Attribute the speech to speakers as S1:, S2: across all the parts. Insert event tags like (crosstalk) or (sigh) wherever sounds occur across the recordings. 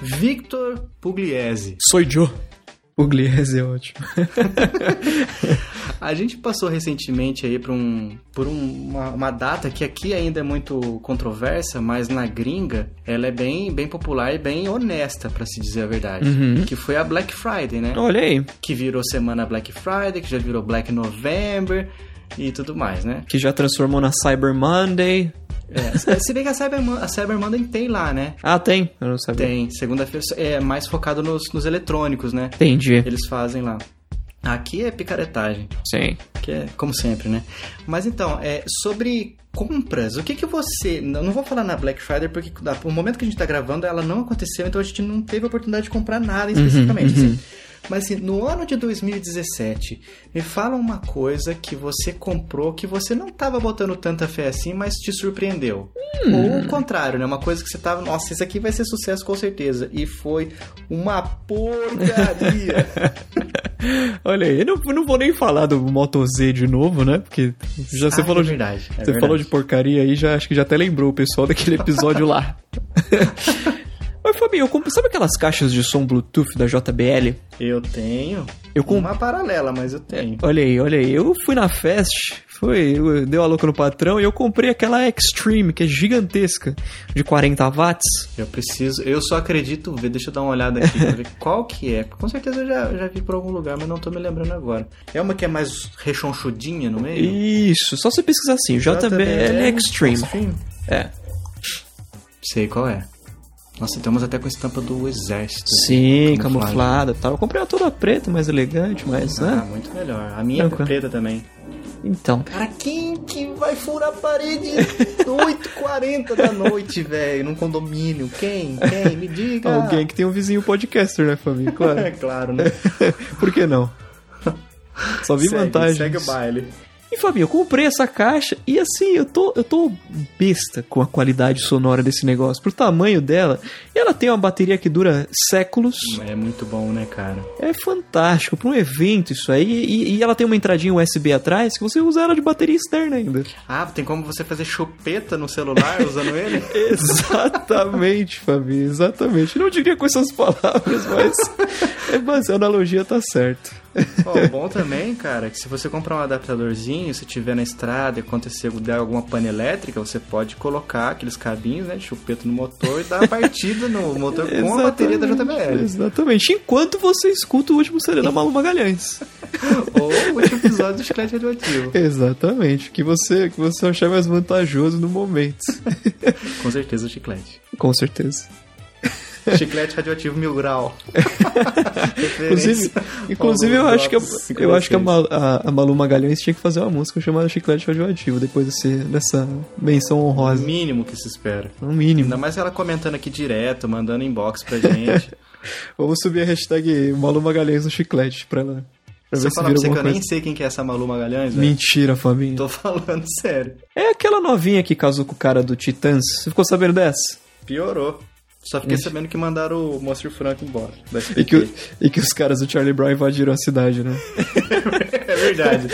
S1: Victor Pugliese.
S2: Sou Joe. Pugliese é ótimo.
S1: A gente passou recentemente aí por, um, por um- uma, uma data que aqui ainda é muito controversa, mas na gringa ela é bem, bem popular e bem honesta, pra se dizer a verdade.
S2: Uhum. Oh.
S1: Que foi a Black Friday, né?
S2: Olha aí,
S1: Que virou semana Black Friday, que já virou Black November e tudo mais, né?
S2: que já transformou na Cyber Monday.
S1: É, (laughs) se bem que a Cyber, Mon- a Cyber Monday tem lá, né?
S2: Ah, tem? Eu não sabia.
S1: Tem. Segunda-feira é mais focado nos, nos eletrônicos, né?
S2: Entendi.
S1: Eles fazem lá. Aqui é picaretagem.
S2: Sim.
S1: Que é como sempre, né? Mas então, é, sobre compras, o que que você. Não não vou falar na Black Friday, porque da- o momento que a gente tá gravando, ela não aconteceu, então a gente não teve a oportunidade de comprar nada especificamente.
S2: uhum.
S1: assim. Mas assim, no ano de 2017, me fala uma coisa que você comprou que você não tava botando tanta fé assim, mas te surpreendeu.
S2: Hum.
S1: Ou o contrário, né? Uma coisa que você tava, nossa, isso aqui vai ser sucesso com certeza. E foi uma porcaria.
S2: Olha aí, eu não, eu não vou nem falar do Moto Z de novo, né? Porque já (laughs) você
S1: Ah,
S2: falou
S1: é
S2: de.
S1: verdade, é
S2: você
S1: verdade.
S2: falou de porcaria aí, já acho que já até lembrou o
S1: (laughs)
S2: pessoal daquele episódio lá. Mas Fabinho, eu comprei, sabe aquelas caixas de som Bluetooth da JBL?
S1: Eu tenho.
S2: Eu comprei.
S1: Uma paralela, mas eu tenho.
S2: Olha aí, olha aí. Eu fui na Fest, foi, eu- deu a louca no patrão e eu comprei aquela Extreme, que é gigantesca, de 40 watts.
S1: É, Eu preciso, eu só acredito ver, deixa eu dar uma olhada aqui pra ver (laughs) qual que é. Com certeza eu já, já vi por algum lugar, mas não tô me lembrando agora. É uma que é mais rechonchudinha no meio?
S2: Isso, só você pesquisar assim, JBL Extreme. É.
S1: Sei qual é. Nossa, temos até com a estampa do exército.
S2: Sim,
S1: Camuflagem.
S2: camuflada e tal. Eu comprei uma toda preta, mais elegante, mas,
S1: Ah,
S2: né?
S1: muito melhor. A minha é
S2: Tranquilo.
S1: preta também.
S2: Então.
S1: Cara, quem que vai furar a parede
S2: (laughs)
S1: 8h40 da noite, velho? Num condomínio? Quem? Quem? Me diga.
S2: Alguém que tem um vizinho podcaster, né, família?
S1: É (laughs)
S2: Claro.
S1: claro, né?
S2: Por
S1: (laughs)
S2: que não? Só vi
S1: Segue,
S2: vantagens.
S1: Segue o baile.
S2: E Fabinho, eu comprei essa caixa e assim, eu tô, eu tô besta com a qualidade sonora desse negócio, pro tamanho dela. E ela tem uma bateria que dura séculos.
S1: É muito bom, né, cara?
S2: É fantástico, pra um evento isso aí. E, e ela tem uma entradinha USB atrás que você usa ela de bateria
S1: (laughs)
S2: externa ainda.
S1: Ah, tem como você fazer chupeta no celular usando (laughs) ele?
S2: Exatamente, Fabinho, exatamente. Não diria com essas palavras,
S1: (laughs)
S2: mas, é, mas a analogia tá certa.
S1: Ó, bom também, cara, que se você comprar um adaptadorzinho, se tiver na estrada e acontecer der alguma pane elétrica, você pode colocar aqueles cabinhos, né, de chupeta no motor e dar a partida no motor com a bateria da JBL.
S2: Exatamente. Enquanto você escuta o último CD da Malu Magalhães.
S1: Ou o último episódio do Chiclete Radioativo.
S2: Exatamente, o que você, que você achar é mais vantajoso
S1: (laughs)
S2: no momento.
S1: Com certeza o Chiclete.
S2: Com certeza.
S1: Chiclete Radioativo Mil
S2: (laughs)
S1: Grau. (laughs)
S2: Inclusive, inclusive eu acho que, a, eu acho que é a, Ma- a- a Malu Magalhães tinha que fazer uma música chamada Chiclete Radioativo, depois desse, dessa menção
S1: O
S2: honrosa.
S1: mínimo que se espera.
S2: No mínimo.
S1: Ainda mais ela comentando aqui direto, mandando inbox pra gente.
S2: Vamos subir a hashtag Malu Magalhães no Chiclete pra ela. (laughs) Pra
S1: Se
S2: ver
S1: eu
S2: se
S1: falar pra
S2: vira
S1: você que
S2: alguma
S1: eu
S2: coisa.
S1: nem sei quem que é essa Malu Magalhães, velho.
S2: Mentira, Fabinho.
S1: Tô (laughs) falando sério.
S2: É aquela novinha que casou com o cara do Titãs. Você ficou sabendo dessa?
S1: Piorou. Só fiquei
S2: Ixi.
S1: sabendo que mandaram o Monster Frank embora. da
S2: E
S1: SBT.
S2: que, o- e que os caras do Charlie Brown invadiram a cidade, né?
S1: (laughs) É verdade.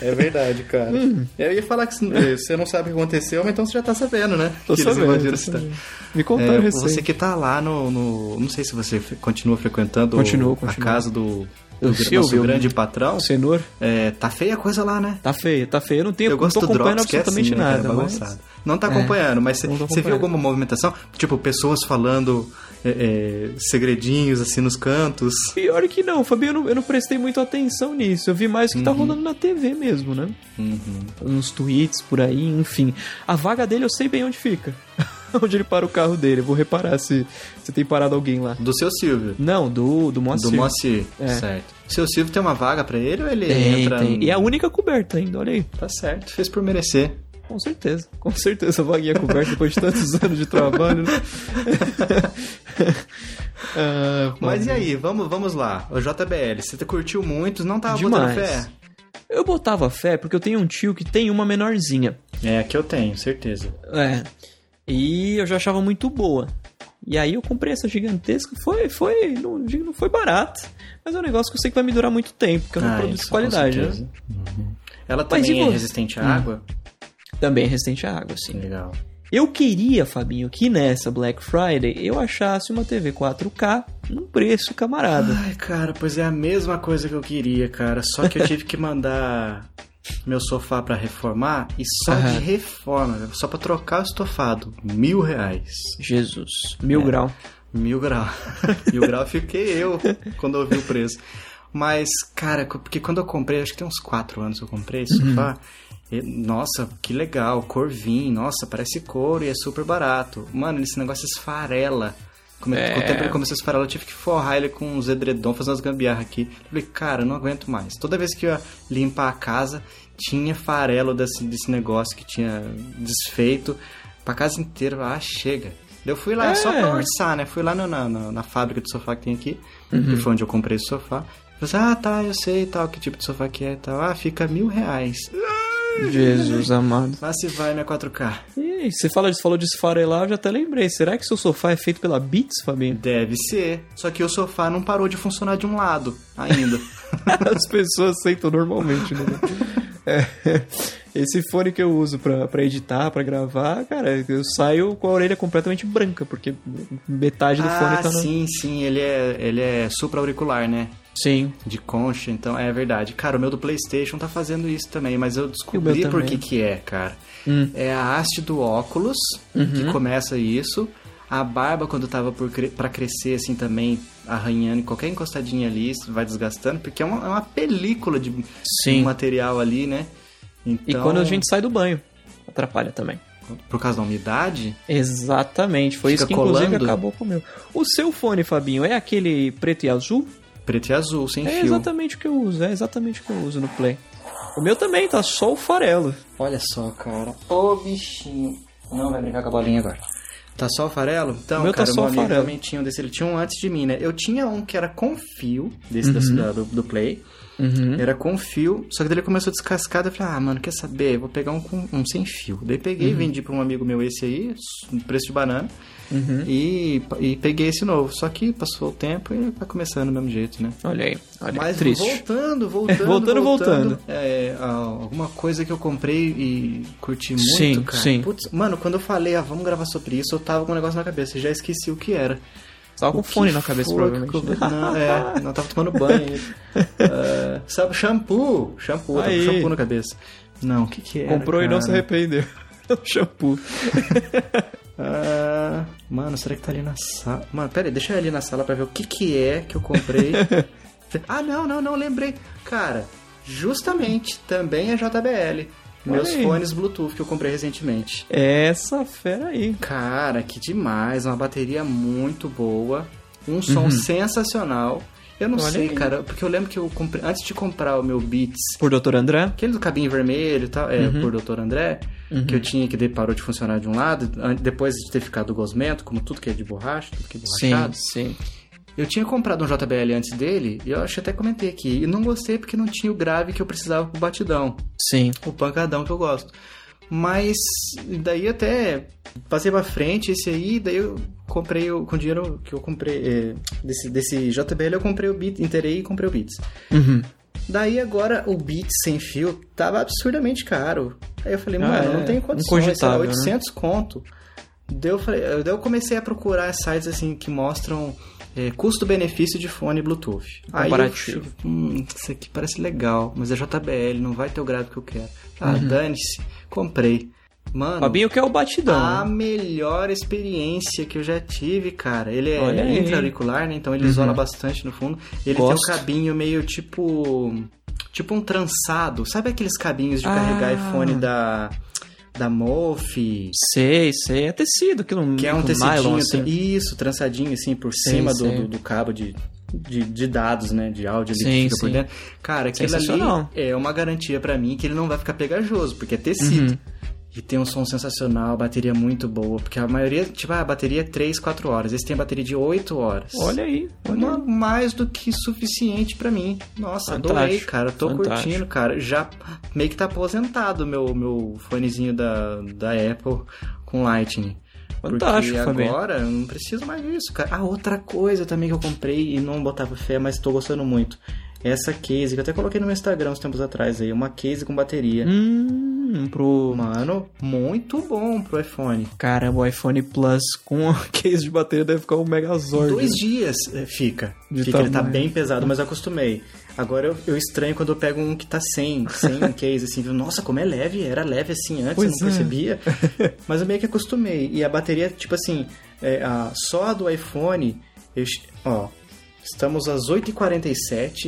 S1: É verdade, cara.
S2: Hum.
S1: Eu ia falar que se- eh, você não sabe o que aconteceu, mas então você já tá sabendo, né?
S2: Tô
S1: que
S2: sabendo,
S1: invadiram
S2: tô
S1: a cidade.
S2: sabendo. Me
S1: É,
S2: contaram recente.
S1: você que tá lá no, no- Não sei se você f- continua frequentando
S2: Continuo,
S1: a
S2: continuo.
S1: casa do, do
S2: Do
S1: gr-
S2: Silvio,
S1: nosso
S2: né?
S1: grande patrão.
S2: O Senhor?
S1: É, tá feia a coisa lá, né?
S2: Tá feio, tá feio. Eu não tenho,
S1: Eu gosto
S2: não
S1: do
S2: tô acompanhando
S1: Drops, que é assim,
S2: absolutamente
S1: né, cara,
S2: nada. mas-
S1: bagunçado. Não tá acompanhando, mas
S2: não tô
S1: você viu
S2: acompanhando.
S1: alguma movimentação? Tipo, pessoas falando é, é, segredinhos, assim, nos cantos.
S2: Pior que não, Fabinho, eu não, eu não prestei muita atenção nisso. Eu vi mais o que tá
S1: Uhum.
S2: rolando na TV mesmo, né? Uns tweets por aí, enfim. A vaga dele eu sei bem onde fica. (laughs) onde ele para o carro dele. Eu vou reparar se, se tem parado alguém lá.
S1: Do seu Silvio.
S2: Não, do, do Moacir.
S1: Do Moacir,
S2: É.
S1: certo. O seu Silvio tem uma vaga pra ele ou ele
S2: Tem,
S1: entra...
S2: tem.
S1: no-
S2: E é a única coberta ainda, olha aí.
S1: Tá certo, fez por merecer.
S2: Com certeza, com certeza a vaguinha coberta depois de tantos (laughs) anos de trabalho. né? Ah,
S1: Mas e aí, vamos, vamos lá. O JBL, você curtiu muito, não tava
S2: Demais.
S1: botando fé?
S2: Eu botava fé porque eu tenho um tio que tem uma menorzinha.
S1: É, aqui eu tenho, certeza.
S2: É. E eu já achava muito boa. E aí eu comprei essa gigantesca. Foi, foi, não digo, não foi barato. Mas é um negócio que eu sei que vai me durar muito tempo, porque eu não
S1: Ah,
S2: produzo
S1: isso, com
S2: qualidade, né?
S1: certeza. Uhum. Ela
S2: Mas e
S1: também é
S2: você?
S1: resistente à água? Hum.
S2: Também é resistente à água, sim.
S1: Legal.
S2: Eu queria, Fabinho, que nessa Black Friday eu achasse uma TV 4K num preço camarada.
S1: Ai, cara, pois é a mesma coisa que eu queria, cara. Só que eu tive que mandar meu sofá para reformar e só
S2: Aham.
S1: de reforma, né? só pra trocar o estofado, mil reais.
S2: Jesus, mil
S1: Ah. É.
S2: grau.
S1: Mil grau. (laughs) Mil grau fiquei eu quando eu vi o preço. Mas, cara, co- porque quando eu comprei, acho que tem uns 4 anos eu comprei esse sofá. e, nossa, que legal, cor vinho, nossa, parece couro e é super barato. Mano, esse negócio é esfarela. Como,
S2: É.
S1: Com o tempo ele começou a esfarelar, eu tive que forrar ele com uns edredom, fazer umas gambiarra aqui. Eu falei, cara, eu não aguento mais. Toda vez que eu ia limpar a casa, tinha farelo desse, desse negócio que tinha desfeito pra casa inteira. Eu falei, Ah, chega. Daí Eu fui lá
S2: É.
S1: só pra orçar, né? Fui lá no- na, na, na fábrica de sofá que tem aqui,
S2: Uhum.
S1: que foi onde eu comprei esse sofá. Falei assim, ah, tá, eu sei e tal, que tipo de sofá que é e tal. Ah, fica mil reais.
S2: Jesus amado.
S1: Lá se vai né, minha 4K.
S2: E você fala, você falou de esfarelar, eu já até lembrei. Será que seu sofá é feito pela Beats, Fabinho?
S1: Deve ser. Só que o sofá não parou de funcionar de um lado
S2: (laughs)
S1: ainda.
S2: As pessoas aceitam normalmente, né? É. Esse fone que eu uso pra, pra editar, pra gravar, cara, eu saio com a orelha completamente branca, porque metade do
S1: ah,
S2: fone tá no...
S1: sim, sim, ele é, ele é supra-auricular, né?
S2: Sim.
S1: De concha, então é verdade. Cara, o meu do PlayStation tá fazendo isso também, mas eu descobri
S2: também.
S1: por que que é, cara.
S2: Hum.
S1: É a haste do óculos que
S2: Uhum.
S1: começa isso. A barba, quando tava por cre- pra crescer, assim, também arranhando. e Qualquer encostadinha ali isso vai desgastando, porque é uma, é uma película de
S2: Sim.
S1: de material ali, né? Então,
S2: E quando a gente sai do banho, atrapalha também.
S1: Por causa da umidade,
S2: Exatamente, foi
S1: Fica
S2: isso que inclusive
S1: colando?
S2: acabou com o meu. O seu fone, Fabinho, é aquele preto e azul?
S1: preto e azul, sem
S2: É
S1: fio.
S2: exatamente o que eu uso, é exatamente o que eu uso no Play. O meu também, tá só o farelo.
S1: Olha só, cara. Ô, bichinho. Não vai brincar com a bolinha agora. Tá só o farelo? Então,
S2: O meu tá
S1: cara,
S2: só o
S1: meu amigo
S2: farelo.
S1: também tinha um desse. Ele tinha um antes de mim, né? Eu tinha um que era com fio, desse da- do, do Play.
S2: Uhum.
S1: Era com fio, só que daí ele começou a descascar. daí Eu falei, ah, mano, quer saber? Eu Vou pegar um, com, um sem fio. Daí peguei, vendi pra um amigo meu esse aí, um preço de banana.
S2: Uhum.
S1: E, e peguei esse novo. Só que passou o tempo e tá começando do mesmo jeito, né?
S2: Olha aí, olha
S1: Mas
S2: triste. (laughs)
S1: voltando, voltando,
S2: É, voltando, voltando.
S1: é, a- alguma coisa que eu comprei e curti muito,
S2: Sim,
S1: cara.
S2: sim.
S1: Putz, mano, quando eu falei, ah, vamos gravar sobre isso, eu tava com um negócio na cabeça, eu já esqueci o que era.
S2: Tava com um
S1: o
S2: fone
S1: que
S2: na cabeça,
S1: foi que
S2: provavelmente.
S1: eu- Não, é, não tava tomando
S2: (laughs)
S1: banho. Ah, sabe, shampoo, shampoo, eu tava com
S2: Aí.
S1: shampoo na cabeça. Não, o que que era,
S2: Comprou e não se
S1: cara?
S2: arrependeu. (laughs) O shampoo.
S1: Ah, mano, será que tá ali na sala? Mano, pera aí, deixa eu ir ali na sala pra ver o que que é que eu
S2: (laughs)
S1: comprei. ah, não, não, não, lembrei. Cara, justamente, também é JBL. Meus
S2: Olha aí.
S1: fones Bluetooth que eu comprei recentemente.
S2: Essa fera aí.
S1: Cara, que demais, uma bateria muito boa, um som sensacional. Eu não
S2: Uhum. Olha
S1: sei,
S2: aí.
S1: cara, porque eu lembro que eu comprei, antes de comprar o meu Beats
S2: Por Dr. André?
S1: Aquele do cabinho vermelho e tal, é, por Dr. André, que eu tinha que daí parou de funcionar de um lado, an- depois de ter ficado gosmento, como tudo que é de borracha, tudo que é borrachado.
S2: sim.
S1: Eu tinha comprado um JBL antes dele, e eu acho que até comentei aqui, e não gostei porque não tinha o grave que eu precisava pro batidão,
S2: Sim.
S1: o pancadão que eu gosto. Mas daí até passei pra frente esse aí, daí eu comprei o, com o dinheiro que eu comprei é, desse, desse JBL, eu comprei o Beats, inteirei e comprei o Beats.
S2: Uhum.
S1: Daí agora o Beats sem fio tava absurdamente caro. Aí eu falei,
S2: Ah,
S1: mano,
S2: é. né?"
S1: não tem condições, será
S2: Incogitável,
S1: 800 conto. Daí eu, falei- daí eu comecei a procurar sites assim que mostram é, custo-benefício de fone Bluetooth. Aí eu
S2: Comparativo.
S1: fico, hum, isso aqui parece legal, mas é JBL, não vai ter o grave que eu quero. Ah,
S2: Uhum.
S1: dane-se, comprei. Mano,
S2: Fabinho que é o batidão.
S1: a
S2: né?
S1: melhor experiência que eu já tive, cara. Ele
S2: Olha aí.
S1: é intra-auricular, né? Então ele
S2: Uhum.
S1: isola bastante no fundo. Ele
S2: Gosto.
S1: tem o cabinho meio tipo. Tipo um trançado. Sabe aqueles cabinhos de
S2: Ah.
S1: carregar iPhone da. Da Mofi?
S2: Sei, sei. É tecido, aquilo
S1: Que é um
S2: nylon,
S1: tecidinho.
S2: assim.
S1: Isso, trançadinho assim por
S2: Sei,
S1: cima do,
S2: sei.
S1: do, do cabo de. De, de dados, né? De áudio ali
S2: Sim,
S1: que fica por
S2: sim.
S1: dentro. Cara, aquilo ali
S2: Sensacional.
S1: é uma garantia pra mim que ele não vai ficar pegajoso, porque é tecido.
S2: Uhum.
S1: E tem um som sensacional, bateria é muito boa, porque a maioria, tipo, ah, a bateria é 3, 4 horas, esse tem bateria de 8 horas.
S2: Uhum. Olha aí. Olha
S1: Uma- mais do que suficiente pra mim. Nossa,
S2: Fantástico,
S1: adorei, cara. Tô
S2: fantástico.
S1: curtindo, cara. Já meio que tá aposentado o meu meu fonezinho da, da Apple com Lightning.
S2: Fantástico,
S1: Porque
S2: Fabinho.
S1: agora eu não preciso mais disso, cara. Ah, outra coisa também que eu comprei e não botava fé, mas tô gostando muito. Essa case, que eu até coloquei no meu Instagram uns tempos atrás aí, uma case com bateria.
S2: Hum, Hum, pro.
S1: Mano, muito bom pro iPhone.
S2: Caramba, o iPhone Plus com o (laughs) case de bateria deve ficar um Megazord.
S1: Dois
S2: né?
S1: dias eh, fica.
S2: De
S1: fica, ele tá
S2: tamanho.
S1: bem pesado, mas eu acostumei. Agora eu, eu estranho quando eu pego um que tá sem,
S2: (laughs)
S1: sem um case, assim, viu? Nossa, como é leve, era leve assim antes,
S2: Pois
S1: eu não
S2: é. (laughs)
S1: percebia. Mas eu meio que acostumei. E a bateria, tipo assim, é, a- só a do iPhone, eu che- ó, estamos às
S2: Uhum.
S1: 8h47,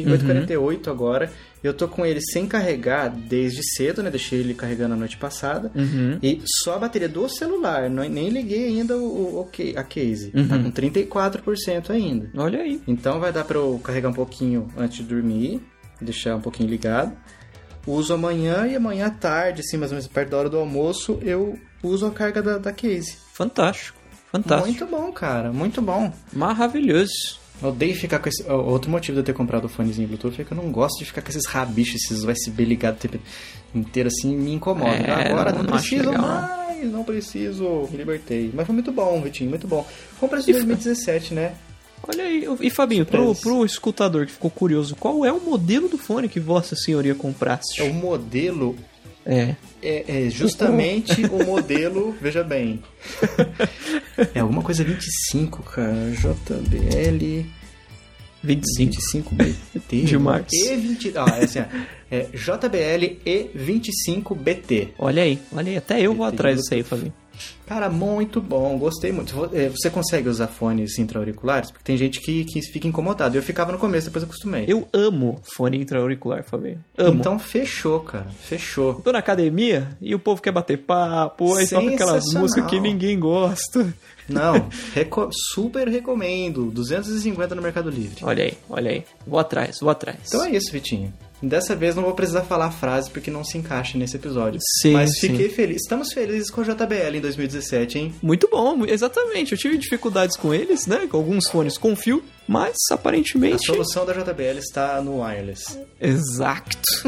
S1: 8h48 agora. Eu tô com ele sem carregar desde cedo, né? Deixei ele carregando a noite passada.
S2: Uhum.
S1: E só a bateria do celular, não- nem liguei ainda o, o- o ca- a case.
S2: Uhum.
S1: Tá com 34% ainda.
S2: Olha aí.
S1: Então vai dar pra eu carregar um pouquinho antes de dormir, deixar um pouquinho ligado. Uso amanhã e amanhã à tarde, assim, mais ou menos perto da hora do almoço, eu uso a carga da, da case.
S2: Fantástico. Fantástico.
S1: Muito bom, cara, muito bom.
S2: Maravilhoso.
S1: Eu odeio ficar com esse. ó, Outro motivo de eu ter comprado o fonezinho Bluetooth é que eu não gosto de ficar com esses rabichos, esses USB ligados o tempo inteiro assim, me incomoda.
S2: É,
S1: Agora
S2: não-
S1: não,
S2: não acho
S1: preciso
S2: legal, né? não.
S1: mais, não preciso, me libertei. Mas foi muito bom, Vitinho, muito bom. Foi um preço de 2017, né?
S2: Olha aí. E Fabinho, pro,
S1: Surpresa.
S2: pro escutador que ficou curioso, qual é o modelo do fone que Vossa Senhoria comprasse?
S1: É o modelo
S2: É.
S1: É, é
S2: (laughs)
S1: justamente o modelo, veja bem. É alguma coisa 25, cara. JBL
S2: 25. (laughs)
S1: 25BT.
S2: De Marx.
S1: E20, ah, é assim, ó. é JBL E25BT.
S2: Olha aí. Olha aí. Até eu vou
S1: Tem
S2: atrás disso aí, Fabinho.
S1: Cara, muito bom, gostei muito. Vo- é, Você consegue usar fones intra-auriculares? Porque tem gente que, que fica incomodada. Eu ficava no começo, depois eu acostumei.
S2: Eu amo fone intra-auricular, Fabinho. Amo.
S1: Então fechou, cara, fechou.
S2: Tô na academia e o povo quer bater papo, aí toca aquelas
S1: Sensacional.
S2: músicas que ninguém gosta.
S1: Não, (laughs) reco- super recomendo. 250 no Mercado Livre.
S2: Olha aí, olha aí. Vou atrás, vou atrás.
S1: Então é isso, Vitinho. Dessa vez não vou precisar falar a frase porque não se encaixa nesse episódio.
S2: Sim,
S1: Mas
S2: sim.
S1: fiquei feliz. Estamos felizes com a JBL em 2017, hein?
S2: Muito bom, mu- exatamente. Eu tive dificuldades com eles, né? Com alguns fones com fio, mas
S1: A
S2: aparentemente.
S1: solução da JBL está no wireless.
S2: Exato.